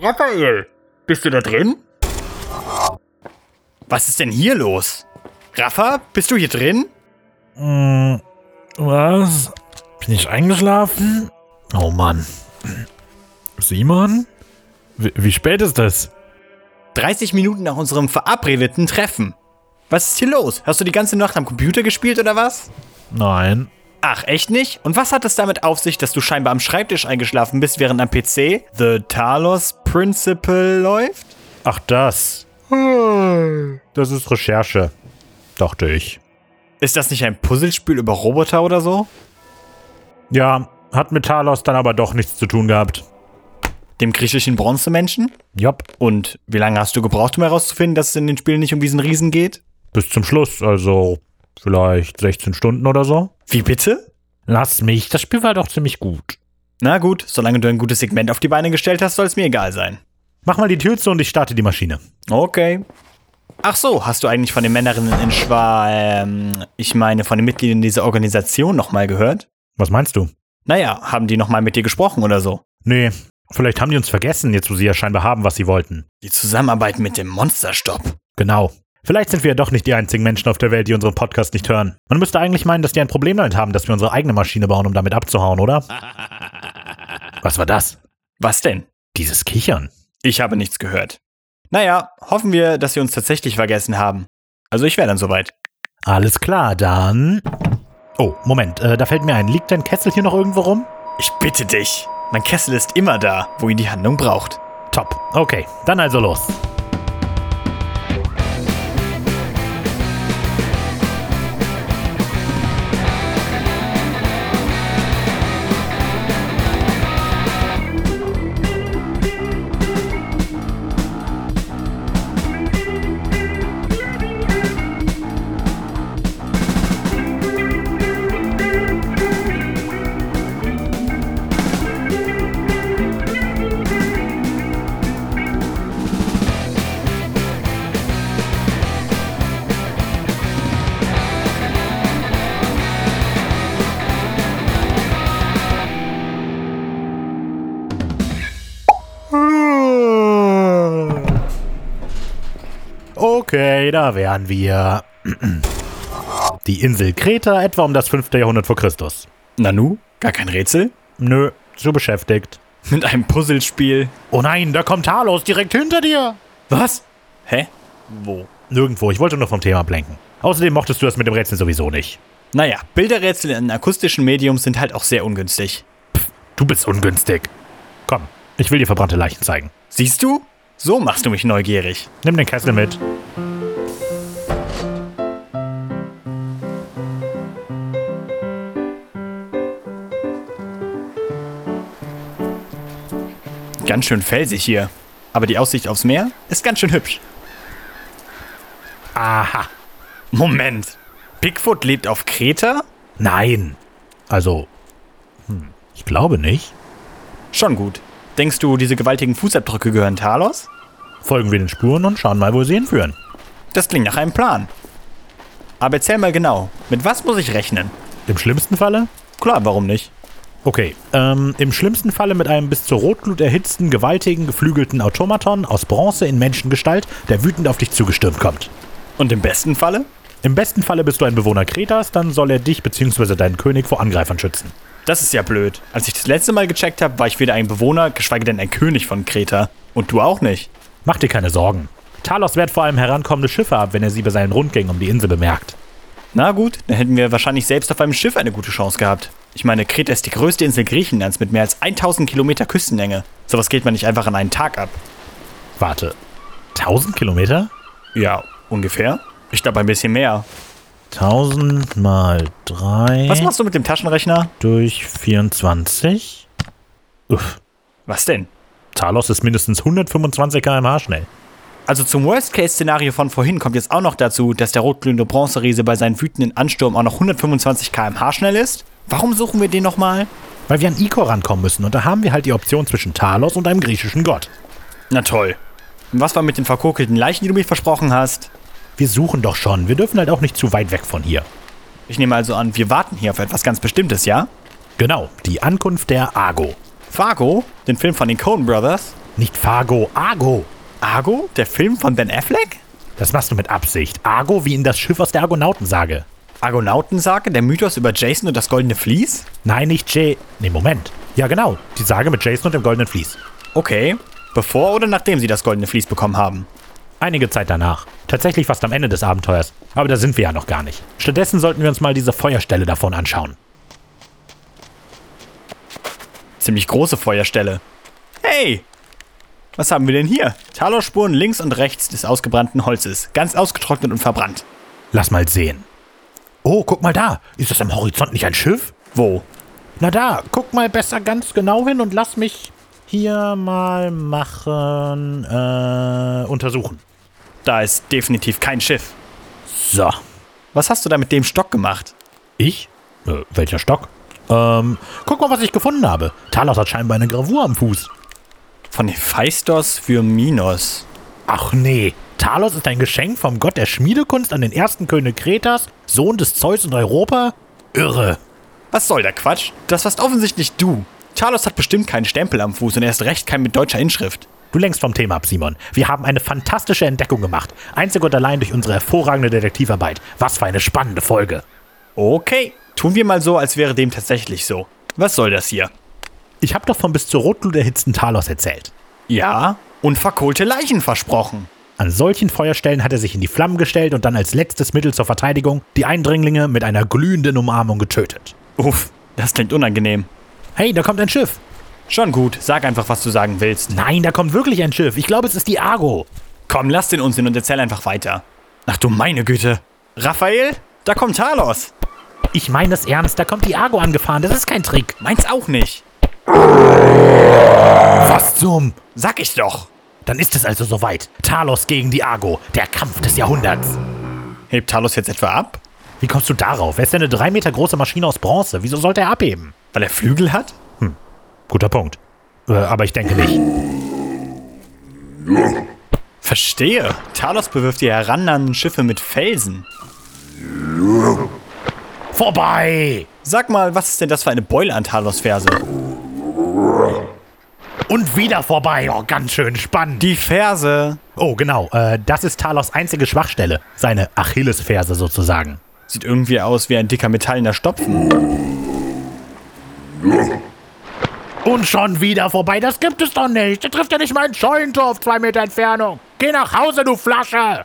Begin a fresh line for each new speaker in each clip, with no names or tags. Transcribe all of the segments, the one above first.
Raphael, bist du da drin?
Was ist denn hier los? Rafa, bist du hier drin?
Hm, was? Bin ich eingeschlafen? Oh Mann. Simon? Wie, wie spät ist das?
30 Minuten nach unserem verabredeten Treffen. Was ist hier los? Hast du die ganze Nacht am Computer gespielt oder was?
Nein.
Ach, echt nicht? Und was hat es damit auf sich, dass du scheinbar am Schreibtisch eingeschlafen bist, während am PC The Talos Principle läuft?
Ach das. Das ist Recherche. Dachte ich.
Ist das nicht ein Puzzlespiel über Roboter oder so?
Ja, hat mit Talos dann aber doch nichts zu tun gehabt.
Dem griechischen Bronzemenschen?
Jopp,
Und wie lange hast du gebraucht, um herauszufinden, dass es in den Spielen nicht um diesen Riesen geht?
bis zum Schluss, also vielleicht 16 Stunden oder so.
Wie bitte?
Lass mich, das Spiel war doch ziemlich gut.
Na gut, solange du ein gutes Segment auf die Beine gestellt hast, soll es mir egal sein.
Mach mal die Tür zu und ich starte die Maschine.
Okay. Ach so, hast du eigentlich von den Männerinnen in Schwa, ähm, ich meine von den Mitgliedern dieser Organisation nochmal gehört?
Was meinst du?
Naja, haben die nochmal mit dir gesprochen oder so?
Nee, vielleicht haben die uns vergessen, jetzt wo sie ja scheinbar haben, was sie wollten.
Die Zusammenarbeit mit dem Monsterstopp.
Genau. Vielleicht sind wir ja doch nicht die einzigen Menschen auf der Welt, die unseren Podcast nicht hören. Man müsste eigentlich meinen, dass die ein Problem damit haben, dass wir unsere eigene Maschine bauen, um damit abzuhauen, oder? Was war das?
Was denn?
Dieses Kichern.
Ich habe nichts gehört. Naja, hoffen wir, dass sie uns tatsächlich vergessen haben. Also ich wäre dann soweit.
Alles klar, dann. Oh, Moment, äh, da fällt mir ein. Liegt dein Kessel hier noch irgendwo rum?
Ich bitte dich. Mein Kessel ist immer da, wo ihn die Handlung braucht.
Top. Okay, dann also los. Okay, da wären wir. Die Insel Kreta, etwa um das 5. Jahrhundert vor Christus.
Nanu? Gar kein Rätsel?
Nö, zu beschäftigt.
Mit einem Puzzlespiel.
Oh nein, da kommt Talos direkt hinter dir.
Was? Hä? Wo?
Nirgendwo, ich wollte nur vom Thema blenken. Außerdem mochtest du das mit dem Rätsel sowieso nicht.
Naja, Bilderrätsel in akustischen Mediums sind halt auch sehr ungünstig.
Du bist ungünstig. Komm, ich will dir verbrannte Leichen zeigen.
Siehst du? So machst du mich neugierig.
Nimm den Kessel mit.
Ganz schön felsig hier. Aber die Aussicht aufs Meer ist ganz schön hübsch.
Aha.
Moment. Bigfoot lebt auf Kreta?
Nein. Also, hm, ich glaube nicht.
Schon gut. Denkst du, diese gewaltigen Fußabdrücke gehören Talos?
Folgen wir den Spuren und schauen mal, wo sie hinführen.
Das klingt nach einem Plan. Aber erzähl mal genau, mit was muss ich rechnen?
Im schlimmsten Falle?
Klar, warum nicht?
Okay, ähm, im schlimmsten Falle mit einem bis zur Rotglut erhitzten, gewaltigen, geflügelten Automaton aus Bronze in Menschengestalt, der wütend auf dich zugestürmt kommt.
Und im besten Falle?
Im besten Falle bist du ein Bewohner Kretas, dann soll er dich bzw. deinen König vor Angreifern schützen.
Das ist ja blöd. Als ich das letzte Mal gecheckt habe, war ich weder ein Bewohner, geschweige denn ein König von Kreta. Und du auch nicht.
Mach dir keine Sorgen. Talos wehrt vor allem herankommende Schiffe ab, wenn er sie bei seinen Rundgängen um die Insel bemerkt.
Na gut, dann hätten wir wahrscheinlich selbst auf einem Schiff eine gute Chance gehabt. Ich meine, Kreta ist die größte Insel Griechenlands mit mehr als 1000 Kilometer Küstenlänge. Sowas geht man nicht einfach an einen Tag ab.
Warte, 1000 Kilometer?
Ja, ungefähr. Ich glaube ein bisschen mehr.
1000 mal 3
Was machst du mit dem Taschenrechner?
durch 24? Uff,
Was denn?
Talos ist mindestens 125 km/h schnell.
Also zum Worst-Case-Szenario von vorhin kommt jetzt auch noch dazu, dass der rotglühende Bronzeriese bei seinem wütenden Ansturm auch noch 125 km/h schnell ist. Warum suchen wir den nochmal?
Weil wir an Iko rankommen müssen und da haben wir halt die Option zwischen Talos und einem griechischen Gott.
Na toll. Und was war mit den verkokelten Leichen, die du mir versprochen hast?
Wir suchen doch schon, wir dürfen halt auch nicht zu weit weg von hier.
Ich nehme also an, wir warten hier auf etwas ganz Bestimmtes, ja?
Genau, die Ankunft der Argo.
Fargo, den Film von den Coen Brothers?
Nicht Fargo, Argo.
Argo? Der Film von Ben Affleck?
Das machst du mit Absicht. Argo wie in das Schiff aus der Argonautensage.
Argonautensage? Der Mythos über Jason und das goldene Vlies?
Nein, nicht J. Nee, Moment. Ja, genau. Die Sage mit Jason und dem goldenen Vlies.
Okay. Bevor oder nachdem sie das goldene Vlies bekommen haben?
Einige Zeit danach. Tatsächlich fast am Ende des Abenteuers. Aber da sind wir ja noch gar nicht. Stattdessen sollten wir uns mal diese Feuerstelle davon anschauen.
Ziemlich große Feuerstelle. Hey! Was haben wir denn hier? Talorspuren links und rechts des ausgebrannten Holzes. Ganz ausgetrocknet und verbrannt.
Lass mal sehen. Oh, guck mal da. Ist das am Horizont nicht ein Schiff?
Wo?
Na da, guck mal besser ganz genau hin und lass mich hier mal machen. Äh, untersuchen.
Da ist definitiv kein Schiff.
So.
Was hast du da mit dem Stock gemacht?
Ich? Äh, welcher Stock? Ähm, guck mal, was ich gefunden habe. Talos hat scheinbar eine Gravur am Fuß.
Von Hephaistos für Minos.
Ach nee, Talos ist ein Geschenk vom Gott der Schmiedekunst an den ersten König Kretas, Sohn des Zeus und Europa? Irre.
Was soll der Quatsch? Das warst offensichtlich du. Talos hat bestimmt keinen Stempel am Fuß und erst recht kein mit deutscher Inschrift.
Du lenkst vom Thema ab, Simon. Wir haben eine fantastische Entdeckung gemacht. Einzig und allein durch unsere hervorragende Detektivarbeit. Was für eine spannende Folge.
Okay, tun wir mal so, als wäre dem tatsächlich so. Was soll das hier?
Ich habe doch von bis zur Rotglut erhitzten Talos erzählt.
Ja, und verkohlte Leichen versprochen.
An solchen Feuerstellen hat er sich in die Flammen gestellt und dann als letztes Mittel zur Verteidigung die Eindringlinge mit einer glühenden Umarmung getötet.
Uff, das klingt unangenehm.
Hey, da kommt ein Schiff.
Schon gut, sag einfach, was du sagen willst.
Nein, da kommt wirklich ein Schiff. Ich glaube, es ist die Argo.
Komm, lass den Unsinn und erzähl einfach weiter. Ach du meine Güte. Raphael, da kommt Talos.
Ich meine das ernst, da kommt die Argo angefahren. Das ist kein Trick.
Meins auch nicht.
Was zum?
Sag ich doch.
Dann ist es also soweit. Talos gegen die Argo. Der Kampf des Jahrhunderts.
Hebt Talos jetzt etwa ab?
Wie kommst du darauf? Er ist ja eine drei Meter große Maschine aus Bronze. Wieso sollte er abheben?
Weil er Flügel hat?
Guter Punkt. Äh, aber ich denke nicht.
Verstehe. Talos bewirft die herannahenden Schiffe mit Felsen.
Vorbei!
Sag mal, was ist denn das für eine Beule an Talos Ferse?
Und wieder vorbei. Oh, ganz schön spannend.
Die Ferse.
Oh, genau. Äh, das ist Talos einzige Schwachstelle. Seine Achillesferse sozusagen.
Sieht irgendwie aus wie ein dicker metallener Stopfen.
Und schon wieder vorbei. Das gibt es doch nicht. Der trifft ja nicht mal ein Scheunentor auf zwei Meter Entfernung. Geh nach Hause, du Flasche!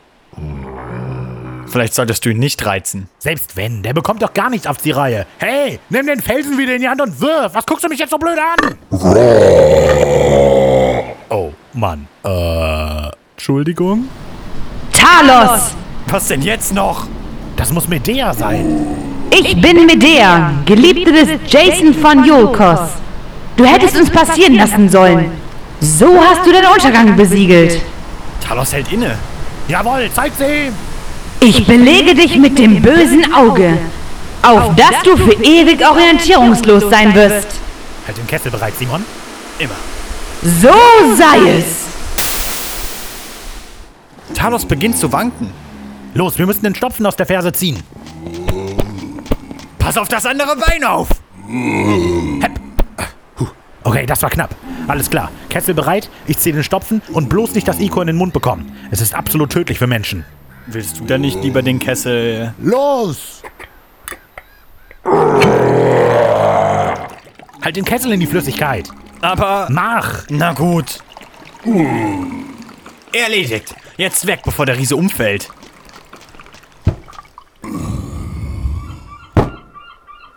Vielleicht solltest du ihn nicht reizen.
Selbst wenn, der bekommt doch gar nichts auf die Reihe. Hey, nimm den Felsen wieder in die Hand und wirf. Was guckst du mich jetzt so blöd an? Oh, Mann. Äh, Entschuldigung?
Talos,
Was denn jetzt noch?
Das muss Medea sein.
ich bin Medea, Geliebte des Jason von Iolkos. Du hättest uns passieren lassen sollen. So hast du den Untergang besiegelt.
Talos hält inne.
Jawohl, zeig sie ihm.
Ich belege dich mit dem bösen Auge, auf dass du für ewig orientierungslos sein wirst.
Halt den Kessel bereit, Simon.
Immer.
So sei es.
Talos beginnt zu wanken.
Los, wir müssen den Stopfen aus der Ferse ziehen.
Pass auf das andere Bein auf!
Okay, das war knapp. Alles klar. Kessel bereit, ich ziehe den Stopfen und bloß nicht das Iko in den Mund bekommen. Es ist absolut tödlich für Menschen.
Willst du da nicht lieber den Kessel?
Los! Halt den Kessel in die Flüssigkeit.
Aber.
Mach!
Na gut. Erledigt. Jetzt weg, bevor der Riese umfällt.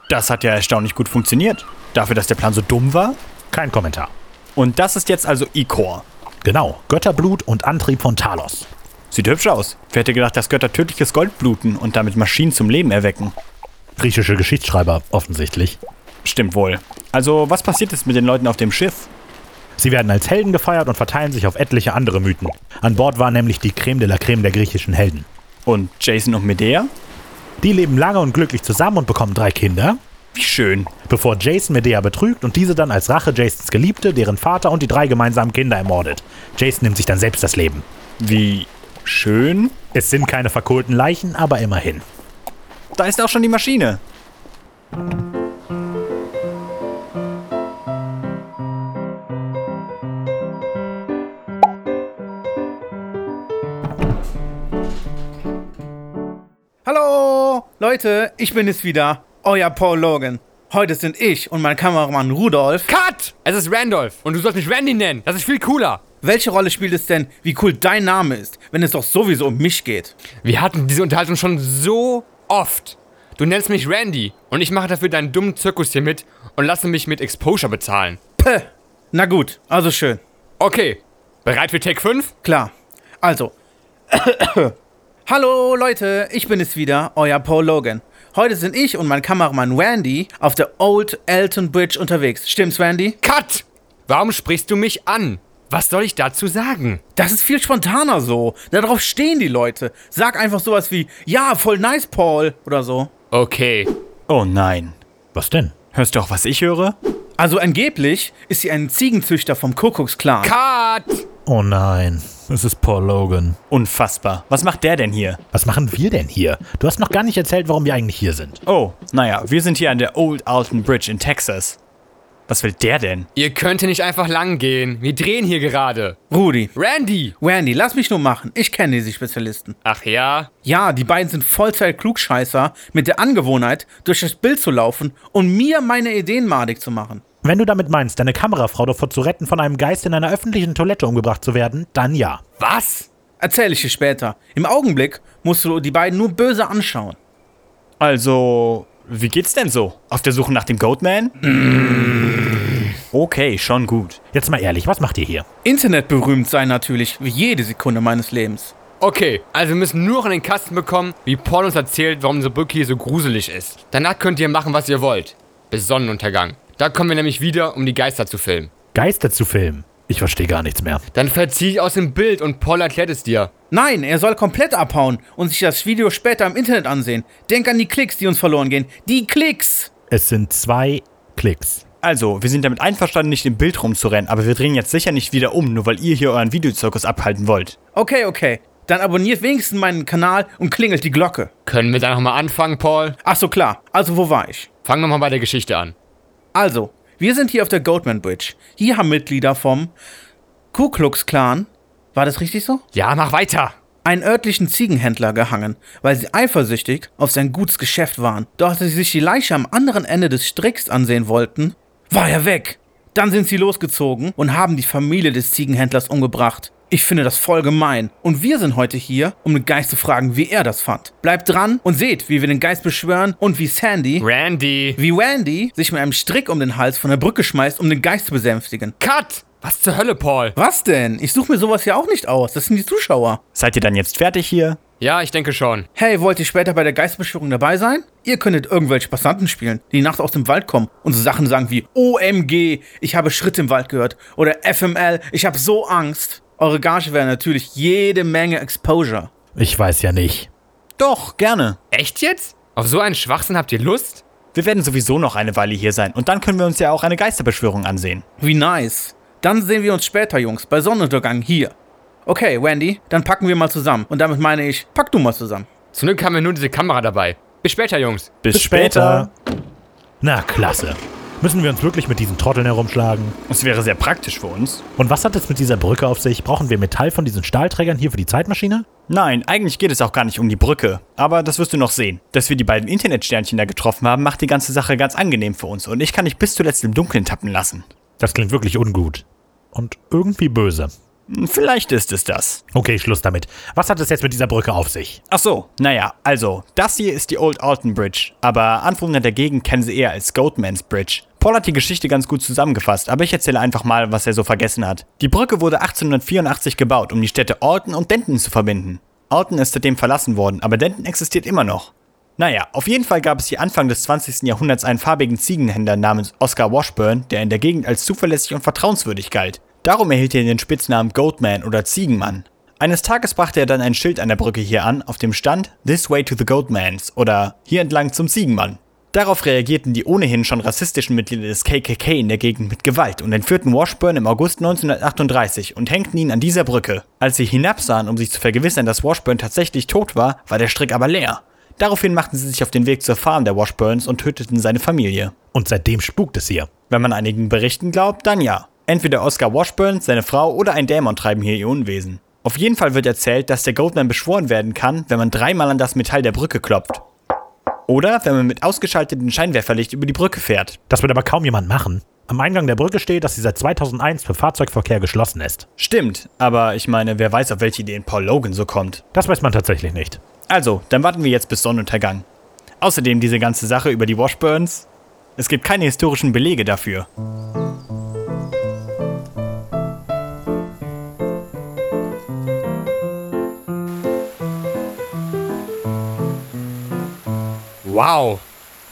Das hat ja erstaunlich gut funktioniert. Dafür, dass der Plan so dumm war.
Kein Kommentar.
Und das ist jetzt also Ikor.
Genau, Götterblut und Antrieb von Talos.
Sieht hübsch aus. Wer hätte gedacht, dass Götter tödliches Gold bluten und damit Maschinen zum Leben erwecken?
Griechische Geschichtsschreiber, offensichtlich.
Stimmt wohl. Also, was passiert jetzt mit den Leuten auf dem Schiff?
Sie werden als Helden gefeiert und verteilen sich auf etliche andere Mythen. An Bord war nämlich die Creme de la Creme der griechischen Helden.
Und Jason und Medea?
Die leben lange und glücklich zusammen und bekommen drei Kinder,
Wie schön.
bevor Jason Medea betrügt und diese dann als Rache Jasons Geliebte, deren Vater und die drei gemeinsamen Kinder ermordet. Jason nimmt sich dann selbst das Leben.
Wie schön?
Es sind keine verkohlten Leichen, aber immerhin.
Da ist auch schon die Maschine.
Leute, ich bin es wieder, euer Paul Logan. Heute sind ich und mein Kameramann Rudolf.
Cut! Es ist Randolph und du sollst mich Randy nennen. Das ist viel cooler.
Welche Rolle spielt es denn, wie cool dein Name ist, wenn es doch sowieso um mich geht?
Wir hatten diese Unterhaltung schon so oft. Du nennst mich Randy und ich mache dafür deinen dummen Zirkus hier mit und lasse mich mit Exposure bezahlen.
Päh. Na gut, also schön.
Okay, bereit für Take 5?
Klar. Also. Hallo Leute, ich bin es wieder, euer Paul Logan. Heute sind ich und mein Kameramann Randy auf der Old Elton Bridge unterwegs. Stimmt's, Randy?
Cut! Warum sprichst du mich an? Was soll ich dazu sagen?
Das ist viel spontaner so. Darauf stehen die Leute. Sag einfach sowas wie, ja, voll nice, Paul, oder so.
Okay.
Oh nein.
Was denn?
Hörst du auch, was ich höre?
Also angeblich ist sie ein Ziegenzüchter vom Kuckucksklan.
Cut!
Oh nein, es ist Paul Logan.
Unfassbar. Was macht der denn hier?
Was machen wir denn hier? Du hast noch gar nicht erzählt, warum wir eigentlich hier sind.
Oh, naja, wir sind hier an der Old Alton Bridge in Texas. Was will der denn?
Ihr könnt hier nicht einfach lang gehen. Wir drehen hier gerade.
Rudi.
Randy!
Randy, lass mich nur machen. Ich kenne diese Spezialisten.
Ach ja?
Ja, die beiden sind Vollzeit-Klugscheißer mit der Angewohnheit, durch das Bild zu laufen und mir meine Ideen madig zu machen.
Wenn du damit meinst, deine Kamerafrau davor zu retten, von einem Geist in einer öffentlichen Toilette umgebracht zu werden, dann ja.
Was?
Erzähle ich dir später. Im Augenblick musst du die beiden nur böse anschauen.
Also, wie geht's denn so? Auf der Suche nach dem Goatman? Okay, schon gut.
Jetzt mal ehrlich, was macht ihr hier?
Internetberühmt sein natürlich, wie jede Sekunde meines Lebens.
Okay, also wir müssen nur noch in den Kasten bekommen, wie Paul uns erzählt, warum unsere Brücke hier so gruselig ist. Danach könnt ihr machen, was ihr wollt. Bis Sonnenuntergang. Da kommen wir nämlich wieder, um die Geister zu filmen.
Geister zu filmen? Ich verstehe gar nichts mehr.
Dann verzieh ich aus dem Bild und Paul erklärt es dir.
Nein, er soll komplett abhauen und sich das Video später im Internet ansehen. Denk an die Klicks, die uns verloren gehen. Die Klicks!
Es sind zwei Klicks.
Also, wir sind damit einverstanden, nicht im Bild rumzurennen, aber wir drehen jetzt sicher nicht wieder um, nur weil ihr hier euren Videozirkus abhalten wollt.
Okay, okay. Dann abonniert wenigstens meinen Kanal und klingelt die Glocke.
Können wir da nochmal anfangen, Paul?
Ach so, klar. Also, wo war ich?
Fangen wir mal bei der Geschichte an.
Also, wir sind hier auf der Goldman Bridge. Hier haben Mitglieder vom Ku Klux Klan, war das richtig so?
Ja, mach weiter.
Einen örtlichen Ziegenhändler gehangen, weil sie eifersüchtig auf sein Gutsgeschäft waren. Doch als sie sich die Leiche am anderen Ende des Stricks ansehen wollten, war er weg. Dann sind sie losgezogen und haben die Familie des Ziegenhändlers umgebracht. Ich finde das voll gemein. Und wir sind heute hier, um den Geist zu fragen, wie er das fand. Bleibt dran und seht, wie wir den Geist beschwören und wie Sandy
Randy.
wie Randy sich mit einem Strick um den Hals von der Brücke schmeißt, um den Geist zu besänftigen.
Cut! Was zur Hölle, Paul?
Was denn? Ich suche mir sowas ja auch nicht aus. Das sind die Zuschauer.
Seid ihr dann jetzt fertig hier?
Ja, ich denke schon.
Hey, wollt ihr später bei der Geistbeschwörung dabei sein? Ihr könntet irgendwelche Passanten spielen, die nachts aus dem Wald kommen und so Sachen sagen wie OMG, ich habe Schritte im Wald gehört oder FML, ich habe so Angst. Eure Gage wäre natürlich jede Menge Exposure.
Ich weiß ja nicht.
Doch, gerne.
Echt jetzt? Auf so einen Schwachsinn habt ihr Lust?
Wir werden sowieso noch eine Weile hier sein und dann können wir uns ja auch eine Geisterbeschwörung ansehen.
Wie nice. Dann sehen wir uns später, Jungs, bei Sonnenuntergang hier. Okay, Wendy, dann packen wir mal zusammen. Und damit meine ich, pack du mal zusammen.
Zum Glück haben wir nur diese Kamera dabei. Bis später, Jungs.
Bis,
Na, klasse. Müssen wir uns wirklich mit diesen Trotteln herumschlagen?
Es wäre sehr praktisch für uns.
Und was hat es mit dieser Brücke auf sich? Brauchen wir Metall von diesen Stahlträgern hier für die Zeitmaschine?
Nein, eigentlich geht es auch gar nicht um die Brücke. Aber das wirst du noch sehen. Dass wir die beiden Internetsternchen da getroffen haben, macht die ganze Sache ganz angenehm für uns. Und ich kann dich bis zuletzt im Dunkeln tappen lassen.
Das klingt wirklich ungut. Und irgendwie böse.
Hm, Vielleicht ist es das.
Okay, Schluss damit. Was hat es jetzt mit dieser Brücke auf sich?
Ach so, naja, also, das hier ist die Old Alton Bridge. Aber Anwohner der Gegend kennen sie eher als Goatman's Bridge. Paul hat die Geschichte ganz gut zusammengefasst, aber ich erzähle einfach mal, was er so vergessen hat. Die Brücke wurde 1884 gebaut, um die Städte Alton und Denton zu verbinden. Alton ist seitdem verlassen worden, aber Denton existiert immer noch. Naja, auf jeden Fall gab es hier Anfang des 20. Jahrhunderts einen farbigen Ziegenhändler namens Oscar Washburn, der in der Gegend als zuverlässig und vertrauenswürdig galt. Darum erhielt er den Spitznamen Goatman oder Ziegenmann. Eines Tages brachte er dann ein Schild an der Brücke hier an, auf dem stand This way to the Goatmans oder hier entlang zum Ziegenmann. Darauf reagierten die ohnehin schon rassistischen Mitglieder des KKK in der Gegend mit Gewalt und entführten Washburn im August 1938 und hängten ihn an dieser Brücke. Als sie hinabsahen, um sich zu vergewissern, dass Washburn tatsächlich tot war, war der Strick aber leer. Daraufhin machten sie sich auf den Weg zur Farm der Washburns und töteten seine Familie.
Und seitdem spukt es hier.
Wenn man einigen Berichten glaubt, dann ja. Entweder Oscar Washburn, seine Frau oder ein Dämon treiben hier ihr Unwesen. Auf jeden Fall wird erzählt, dass der Goatman beschworen werden kann, wenn man dreimal an das Metall der Brücke klopft. Oder wenn man mit ausgeschaltetem Scheinwerferlicht über die Brücke fährt.
Das wird aber kaum jemand machen. Am Eingang der Brücke steht, dass sie seit 2001 für Fahrzeugverkehr geschlossen ist.
Stimmt, aber ich meine, wer weiß, auf welche Ideen Paul Logan so kommt.
Das weiß man tatsächlich nicht.
Also, dann warten wir jetzt bis Sonnenuntergang. Außerdem diese ganze Sache über die Washburns. Es gibt keine historischen Belege dafür.
Wow.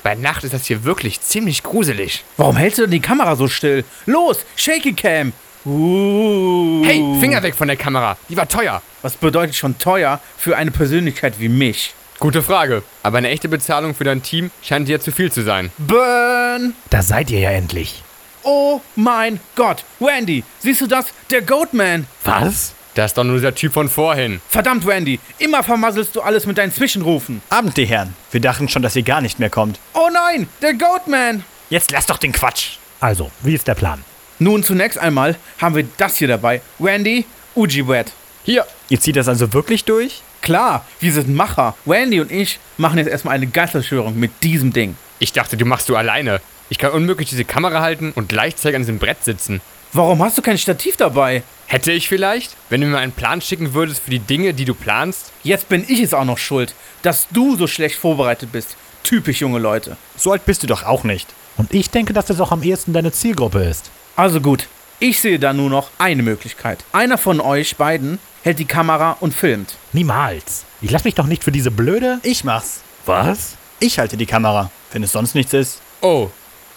Bei Nacht ist das hier wirklich ziemlich gruselig.
Warum hältst du denn die Kamera so still? Los, Shaky Cam! Uh.
Hey, Finger weg von der Kamera. Die war teuer.
Was bedeutet schon teuer für eine Persönlichkeit wie mich?
Gute Frage. Aber eine echte Bezahlung für dein Team scheint dir zu viel zu sein.
Burn!
Da seid ihr ja endlich.
Oh mein Gott! Wendy, siehst du das? Der Goatman!
Was?
Das ist doch nur dieser Typ von vorhin.
Verdammt, Wendy, immer vermasselst du alles mit deinen Zwischenrufen.
Abend, die Herren. Wir dachten schon, dass ihr gar nicht mehr kommt.
Oh nein, der Goatman!
Jetzt lasst doch den Quatsch.
Also, wie ist der Plan?
Nun zunächst einmal haben wir das hier dabei. Wendy, Ujiwet.
Hier.
Ihr zieht das also wirklich durch?
Klar, wir sind Macher. Wendy und ich machen jetzt erstmal eine Geisterschwörung mit diesem Ding.
Ich dachte, du machst du alleine. Ich kann unmöglich diese Kamera halten und gleichzeitig an diesem Brett sitzen.
Warum hast du kein Stativ dabei?
Hätte ich vielleicht, wenn du mir einen Plan schicken würdest für die Dinge, die du planst?
Jetzt bin ich es auch noch schuld, dass du so schlecht vorbereitet bist. Typisch junge Leute.
So alt bist du doch auch nicht.
Und ich denke, dass das auch am ehesten deine Zielgruppe ist.
Also gut, ich sehe da nur noch eine Möglichkeit. Einer von euch beiden hält die Kamera und filmt.
Niemals. Ich lass mich doch nicht für diese blöde.
Ich mach's.
Was?
Ich halte die Kamera, wenn es sonst nichts ist.
Oh,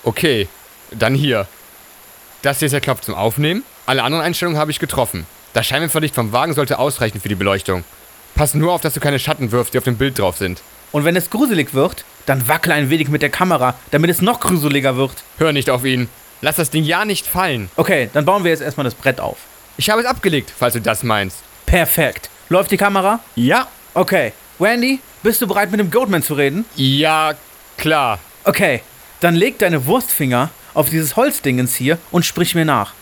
okay. Dann hier. Das hier ist der Knopf zum Aufnehmen. Alle anderen Einstellungen habe ich getroffen. Das Scheinwerferlicht vom Wagen sollte ausreichen für die Beleuchtung. Pass nur auf, dass du keine Schatten wirfst, die auf dem Bild drauf sind.
Und wenn es gruselig wird, dann wackle ein wenig mit der Kamera, damit es noch gruseliger wird.
Hör nicht auf ihn. Lass das Ding ja nicht fallen.
Okay, dann bauen wir jetzt erstmal das Brett auf.
Ich habe es abgelegt, falls du das meinst.
Perfekt. Läuft die Kamera?
Ja,
Okay. Wendy, bist du bereit, mit dem Goatman zu reden?
Ja, klar.
Okay. Dann leg deine Wurstfinger auf dieses Holzdingens hier und sprich mir nach.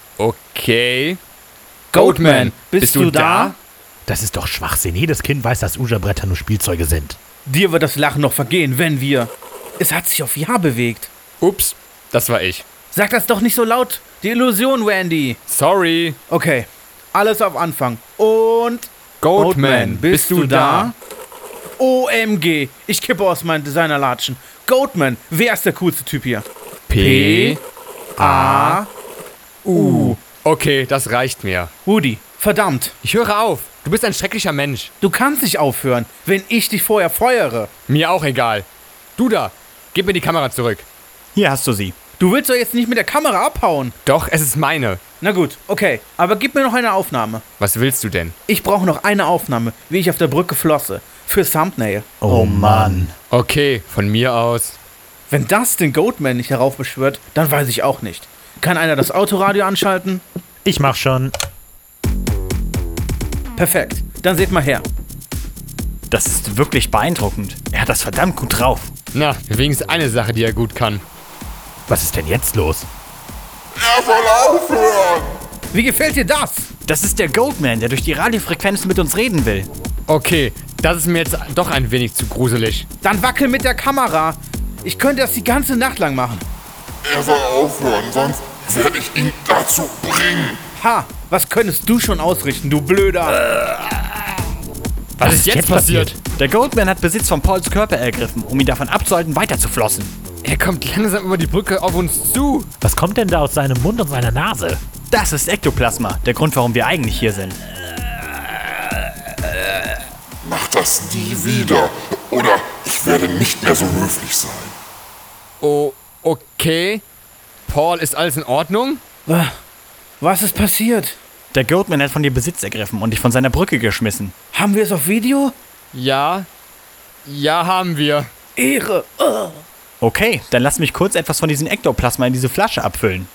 Okay.
Goatman, bist du da?
Das ist doch Schwachsinn. Jedes Kind weiß, dass Uja-Bretter nur Spielzeuge sind.
Dir wird das Lachen noch vergehen, wenn wir... Es hat sich auf Ja bewegt.
Ups, das war ich.
Sag das doch nicht so laut. Die Illusion, Wendy.
Sorry.
Okay. Alles auf Anfang. Und...
Goatman, bist du da?
OMG, ich kippe aus meinen Designerlatschen. Goatman, wer ist der coolste Typ hier?
P. A. U. Okay, das reicht mir.
Woody, verdammt,
Ich höre auf. Du bist ein schrecklicher Mensch.
du kannst nicht aufhören, wenn ich dich vorher feuere.
Mir auch egal. Du da, gib mir die Kamera zurück.
hier hast du sie.
Du willst doch jetzt nicht mit der Kamera abhauen.
Doch, es ist meine.
Na gut, okay, aber gib mir noch eine Aufnahme.
Was willst du denn?
Ich brauche noch eine Aufnahme, wie ich auf der Brücke flosse. Fürs Thumbnail.
Oh Mann.
Okay, von mir aus.
Wenn das den Goatman nicht heraufbeschwört, dann weiß ich auch nicht. Kann einer das Autoradio anschalten?
Ich mach schon.
Perfekt, dann seht mal her.
Das ist wirklich beeindruckend. Er hat das verdammt gut drauf.
Na, wenigstens eine Sache, die er gut kann.
Was ist denn jetzt los?
Wie gefällt dir das?
Das ist der Goldman, der durch die Radiofrequenz mit uns reden will.
Okay, das ist mir jetzt doch ein wenig zu gruselig.
Dann wackel mit der Kamera. Ich könnte das die ganze Nacht lang machen.
Er soll aufhören, sonst werde ich ihn dazu bringen.
Ha, was könntest du schon ausrichten, du Blöder?
Was, ist jetzt, passiert?
Der Goldman hat Besitz von Pauls Körper ergriffen, um ihn davon abzuhalten, weiterzuflossen.
Er kommt langsam über die Brücke auf uns zu.
Was kommt denn da aus seinem Mund und seiner Nase?
Das ist Ektoplasma, der Grund, warum wir eigentlich hier sind.
Mach das nie wieder. Oder ich werde nicht mehr so höflich sein.
Oh, okay. Paul, ist alles in Ordnung?
Wa- Was ist passiert?
Der Goldman hat von dir Besitz ergriffen und dich von seiner Brücke geschmissen.
Haben wir es auf Video?
Ja. Ja, haben wir.
Ehre. Ugh.
Okay, dann lass mich kurz etwas von diesem Ektoplasma in diese Flasche abfüllen.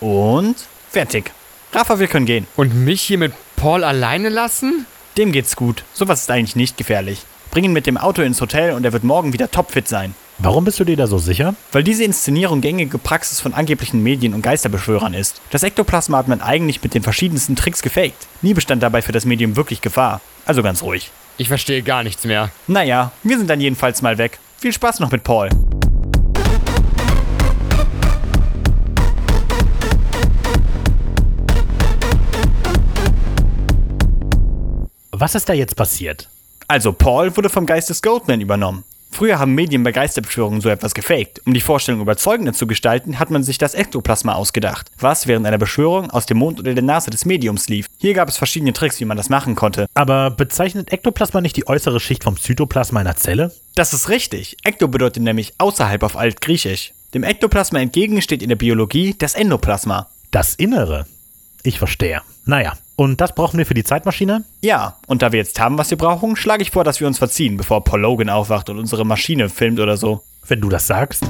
Und fertig. Rafa, wir können gehen.
Und mich hier mit Paul alleine lassen?
Dem geht's gut. Sowas ist eigentlich nicht gefährlich. Bring ihn mit dem Auto ins Hotel und er wird morgen wieder topfit sein.
Warum bist du dir da so sicher?
Weil diese Inszenierung gängige Praxis von angeblichen Medien und Geisterbeschwörern ist. Das Ektoplasma hat man eigentlich mit den verschiedensten Tricks gefaked. Nie bestand dabei für das Medium wirklich Gefahr. Also ganz ruhig.
Ich verstehe gar nichts mehr.
Naja, wir sind dann jedenfalls mal weg. Viel Spaß noch mit Paul.
Was ist da jetzt passiert?
Also Paul wurde vom Geist des Goldman übernommen. Früher haben Medien bei Geisterbeschwörungen so etwas gefaked. Um die Vorstellung überzeugender zu gestalten, hat man sich das Ektoplasma ausgedacht, was während einer Beschwörung aus dem Mund oder der Nase des Mediums lief. Hier gab es verschiedene Tricks, wie man das machen konnte.
Aber bezeichnet Ektoplasma nicht die äußere Schicht vom Zytoplasma einer Zelle?
Das ist richtig. Ekto bedeutet nämlich außerhalb auf Altgriechisch. Dem Ektoplasma entgegen steht in der Biologie das Endoplasma.
Das Innere? Ich verstehe. Naja, und das brauchen wir für die Zeitmaschine?
Ja, und da wir jetzt haben, was wir brauchen, schlage ich vor, dass wir uns verziehen, bevor Paul Logan aufwacht und unsere Maschine filmt oder so.
Wenn du das sagst.